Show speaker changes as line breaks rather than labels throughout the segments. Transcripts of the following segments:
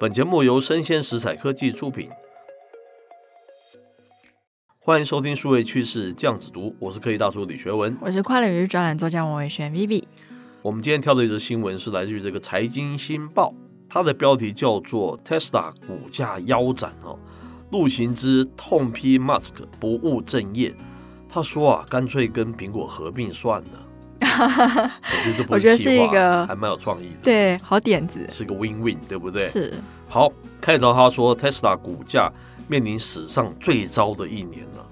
本节目由生鲜食材科技出品，欢迎收听数位趋势酱子读，我是科技大叔李学文。
我是跨领域专栏作家王伟轩 Vivi。
我们今天挑的一则新闻是来自于这个《财经新报》，它的标题叫做 “Tesla 股价腰斩哦”，陆行之痛批 Musk 不务正业。他说啊，干脆跟苹果合并算 了。我觉得这不
我觉得
计划
是一个
还蛮有创意的，，
对，好点子。
是个 win-win，对不对？
是，
好，开头他说 Tesla 股价面临史上最糟的一年了，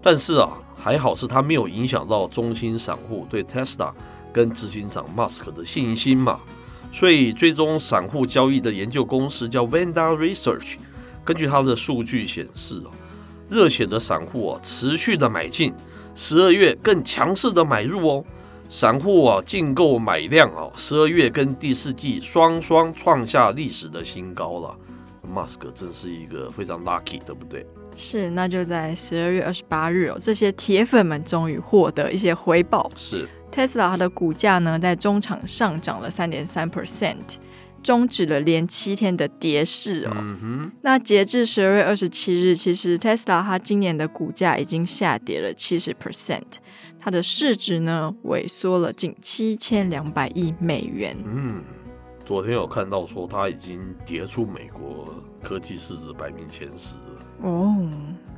但是啊，还好是它没有影响到中心散户对 Tesla 跟执行长 Musk 的信心嘛。所以，追踪散户交易的研究公司叫 Vanda Research，根据它的数据显示哦，热血的散户啊持续的买进，十二月更强势的买入哦。散户啊净购买量啊，十二月跟第四季双双创下历史的新高了。马斯克真是一个非常 lucky，对不对？
是，那就在十二月二十八日哦，这些铁粉们终于获得一些回报。
是
Tesla 它的股价呢，在中场上涨了三点三 percent，终止了连七天的跌势哦。
嗯
那截至十二月二十七日，其实 Tesla 它今年的股价已经下跌了七十 percent，它的市值呢萎缩了近七千两百亿美元。
嗯，昨天有看到说他已经跌出美国科技市值排名前十了。
哦，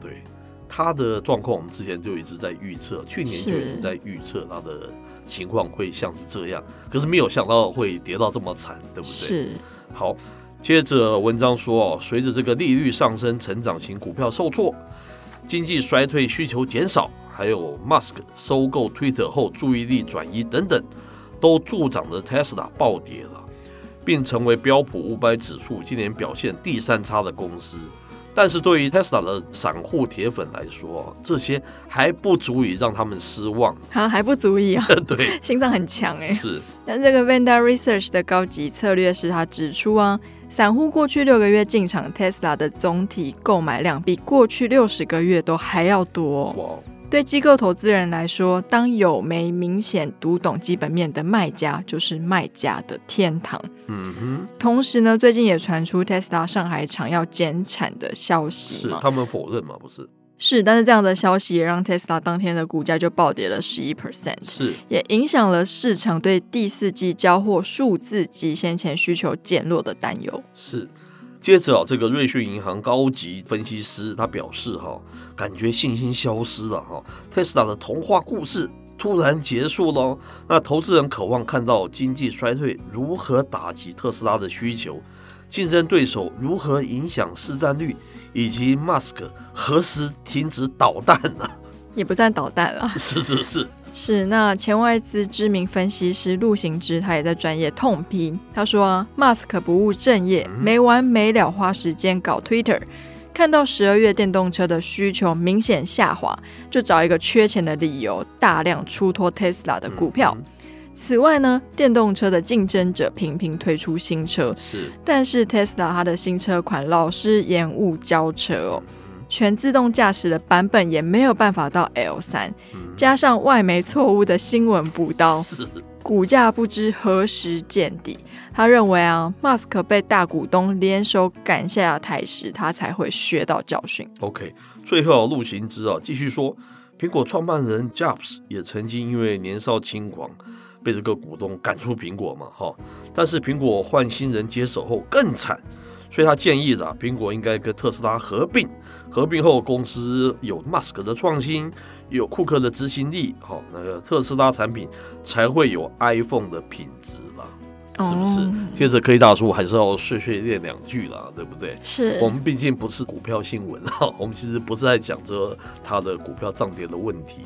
对，他的状况我们之前就一直在预测，去年
是
就已经在预测他的情况会像是这样，可是没有想到会跌到这么惨，对不对？
是，
好，接着文章说哦，随着这个利率上升，成长型股票受挫，经济衰退，需求减少，还有 Musk 收购 Twitter 后注意力转移等等，都助长了 Tesla 暴跌了，并成为标普五百指数今年表现第三差的公司。但是对于 Tesla 的散户铁粉来说，这些还不足以让他们失望。
它还不足以啊，
对，
心脏很强 哎、
是
但这个 Vanda Research 的高级策略师他指出啊，散户过去六个月进场 Tesla 的总体购买量比过去六十个月都还要多哦、
哇，
对机构投资人来说，当有没明显读懂基本面的卖家，就是卖家的天堂。
嗯哼，
同时呢，最近也传出 Tesla 上海厂要减产的消息
是
嘛，
他们否认嘛？不是，
是，但是这样的消息也让 Tesla 当天的股价就暴跌了十一 percent。
是
也影响了市场对第四季交货数字及先前需求减弱的担忧。
是。接着啊，这个瑞讯银行高级分析师他表示哈、感觉信心消失了哈、特斯拉的童话故事突然结束了哦。那投资人渴望看到经济衰退如何打击特斯拉的需求，竞争对手如何影响市占率，以及 Musk 何时停止导弹呢、
也不算导弹啦，
是是是，
是那前外资知名分析师陆行之，他也在专业痛批，他说啊，Musk 不务正业，没完没了花时间搞 Twitter，看到十二月电动车的需求明显下滑，就找一个缺钱的理由，大量出脱 Tesla 的股票。此外呢，电动车的竞争者频频推出新车，
是
但是 Tesla 它的新车款老是延误交车哦，
嗯
全自动驾驶的版本也没有办法到 L 三，
嗯
加上外媒错误的新闻补刀，
是
股价不知何时见底。他认为啊，Musk 被大股东联手赶下台时，他才会学到教训。
OK，最后陆行之啊，继续说，苹果创办人 Jobs 也曾经因为年少轻狂被这个股东赶出苹果嘛，哈。但是苹果换新人接手后更惨，所以他建议的、啊、苹果应该跟特斯拉合并，合并后公司有 Musk 的创新，有库克的执行力，哈，那个特斯拉产品才会有 iPhone 的品质啦。是不是
哦
接着科技大叔还是要碎碎念两句啦，对不对？
是
我们毕竟不是股票新闻啊，我们其实不是在讲这它的股票涨跌的问题，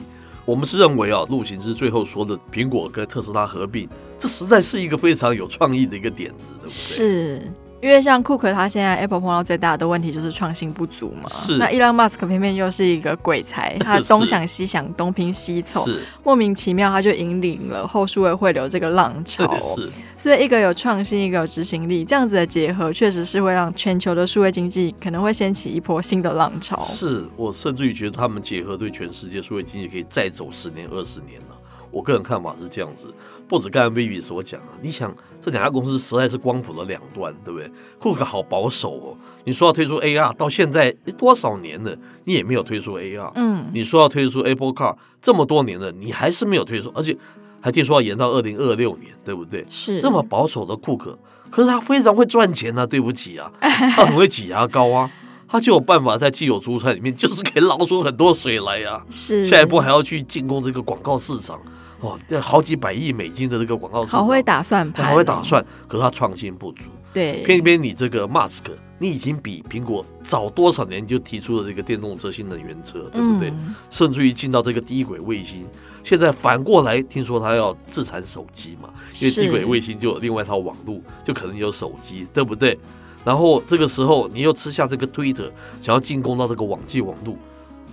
我们是认为啊，陆行之最后说的苹果跟特斯拉合并，这实在是一个非常有创意的一个点子，对不对？
是，因为像库克他现在 Apple 碰到最大的问题就是创新不足嘛。
是
那伊朗马斯克偏偏又是一个鬼才，他
是
东想西想，东拼西凑，
是
莫名其妙他就引领了后数位汇流这个浪潮。
是，
所以一个有创新，一个有执行力，这样子的结合，确实是会让全球的数位经济可能会掀起一波新的浪潮。
是我甚至于觉得他们结合对全世界数位经济可以再走十年二十年了、我个人看法是这样子，不止刚才 Vivi 所讲啊，你想这两家公司实在是光谱的两端，对不对？库克好保守哦，你说要推出 AR，到现在诶多少年了，你也没有推出 AR。
嗯，
你说要推出 Apple Car 这么多年了，你还是没有推出，而且还听说要延到二零二六年，对不对？
是
这么保守的库克，可是他非常会赚钱啊！对不起 啊，他很会挤牙膏啊，他就有办法在既有主产里面， 就是可以捞出很多水来啊。
是
下一步还要去进攻这个广告市场，哦，这好几百亿美金的这个广告市场，
好会，打算盘，
啊
哦
好会打，算，可是他创新不足。
对，
偏偏你这个 Mask，你已经比苹果早多少年就提出了这个电动车新能源车，对不对？
嗯
甚至于进到这个低轨卫星，现在反过来听说他要自产手机嘛，因为
是
低轨卫星就有另外一套网络，就可能有手机，对不对？然后这个时候你又吃下这个 Twitter，想要进攻到这个网际网络，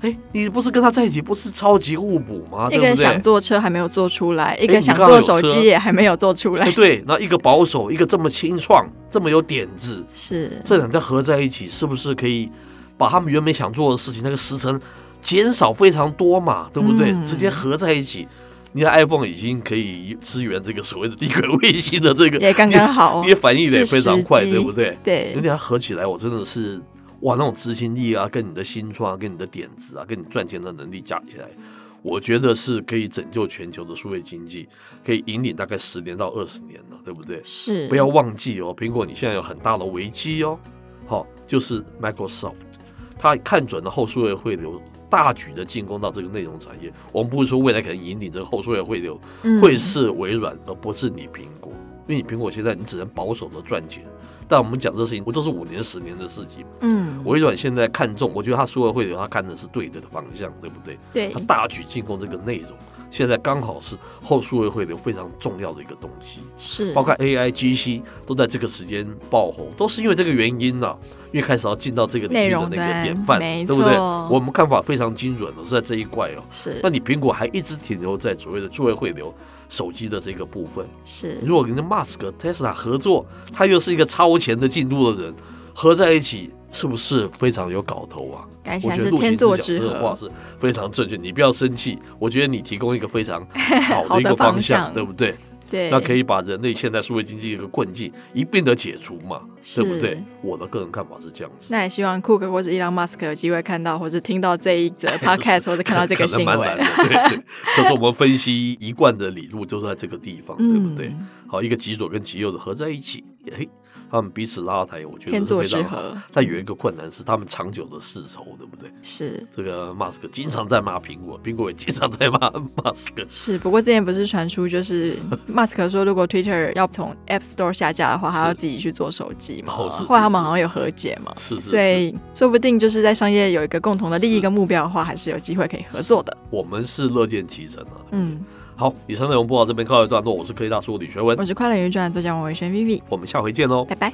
哎，你不是跟他在一起，不是超级互补吗？
一
啊对
个
不对
想？做车还没有做出来，一
你
个想
刚好
做
有
手
车
机也还没有做出来
哎，，对，那一个保守，一个这么清创，这么有点子，
是
这两家合在一起，是不是可以把他们原本想做的事情那个时程减少非常多嘛？对不对？
嗯
直接合在一起，你的 iPhone 已经可以支援这个所谓的低轨卫星的这个，
也刚刚好
你，也反应的也非常快，
是时机
对不对？
对
有，点合起来，我真的是哇，那种执行力啊，跟你的新创啊，跟你的点子啊，跟你赚钱的能力加起来，我觉得是可以拯救全球的数位经济，可以引领大概十年到二十年了，对不对？
是
不要忘记哦，苹果你现在有很大的危机哦，好、就是 Microsoft，它啊看准了后数位汇流，大举的进攻到这个内容产业。我们不是说未来可能引领这个后数位汇流，
嗯
会是微软，而不是你苹果，因为你苹果现在你只能保守的赚钱。但我们讲这事情，不都是五年、十年的事情？
嗯，
微软现在看中，我觉得它数位汇流，它看的是对的方向，对不对？
对
它，大举进攻这个内容，现在刚好是后数位汇流非常重要的一个东西。
是
包括 AI、GC 都在这个时间爆红，都是因为这个原因呢、因为开始要进到这个领域
内
的
容
那
端
个典范，
没
对
错
不对？我们看法非常精准的是在这一块哦。
是
那你苹果还一直停留在所谓的作为汇流手机的这个部分，
是
如果跟 Musk、Tesla 合作，他又是一个超前的进入的人，合在一起是不是非常有搞头啊？
感
我
情
觉
是
得陆
天
行
作
之
之
讲这个话
合，
是非常正确，你不要生气。我觉得你提供一个非 常好
好
的一
的
个
方
方
向
向，对不对？
对，
那可以把人类现代数位经济一个困境一并的解除嘛，
是
对不对？我的个人看法是这样子。
那也希望库克或是伊朗马斯克有机会看到，或是听到这一 则
可
podcast，
是
或者看到这个
可能
新
蛮难的
闻。
对 对。可是我们分析一贯的理路就在这个地方，对不对？
嗯
好，一个极左跟极右的合在一起，哎，他们彼此拉抬，我觉
天
得是
作
非
之
常好。
合
但有一个困难是，他们长久的世仇，对不对？
是
这个马斯克经常在骂苹果，苹果也经常在骂马斯克。
是，不过之前不是传出，就是 马斯克说，如果 Twitter 要从 App Store 下架的话，他
是
要自己去做手机嘛。
哦是是
后来他们
是
好像有和解嘛，
是是
所
是，
以说不定就是在商业有一个共同的利益跟目标的话，还是有机会可以合作的。
我们是乐见其成啊。
嗯，
好，以上内容播到这边告一段落，我是科技大叔李学文
我，是快乐云转作家王维轩 Vivi，
我们下回见喽，哦
拜拜。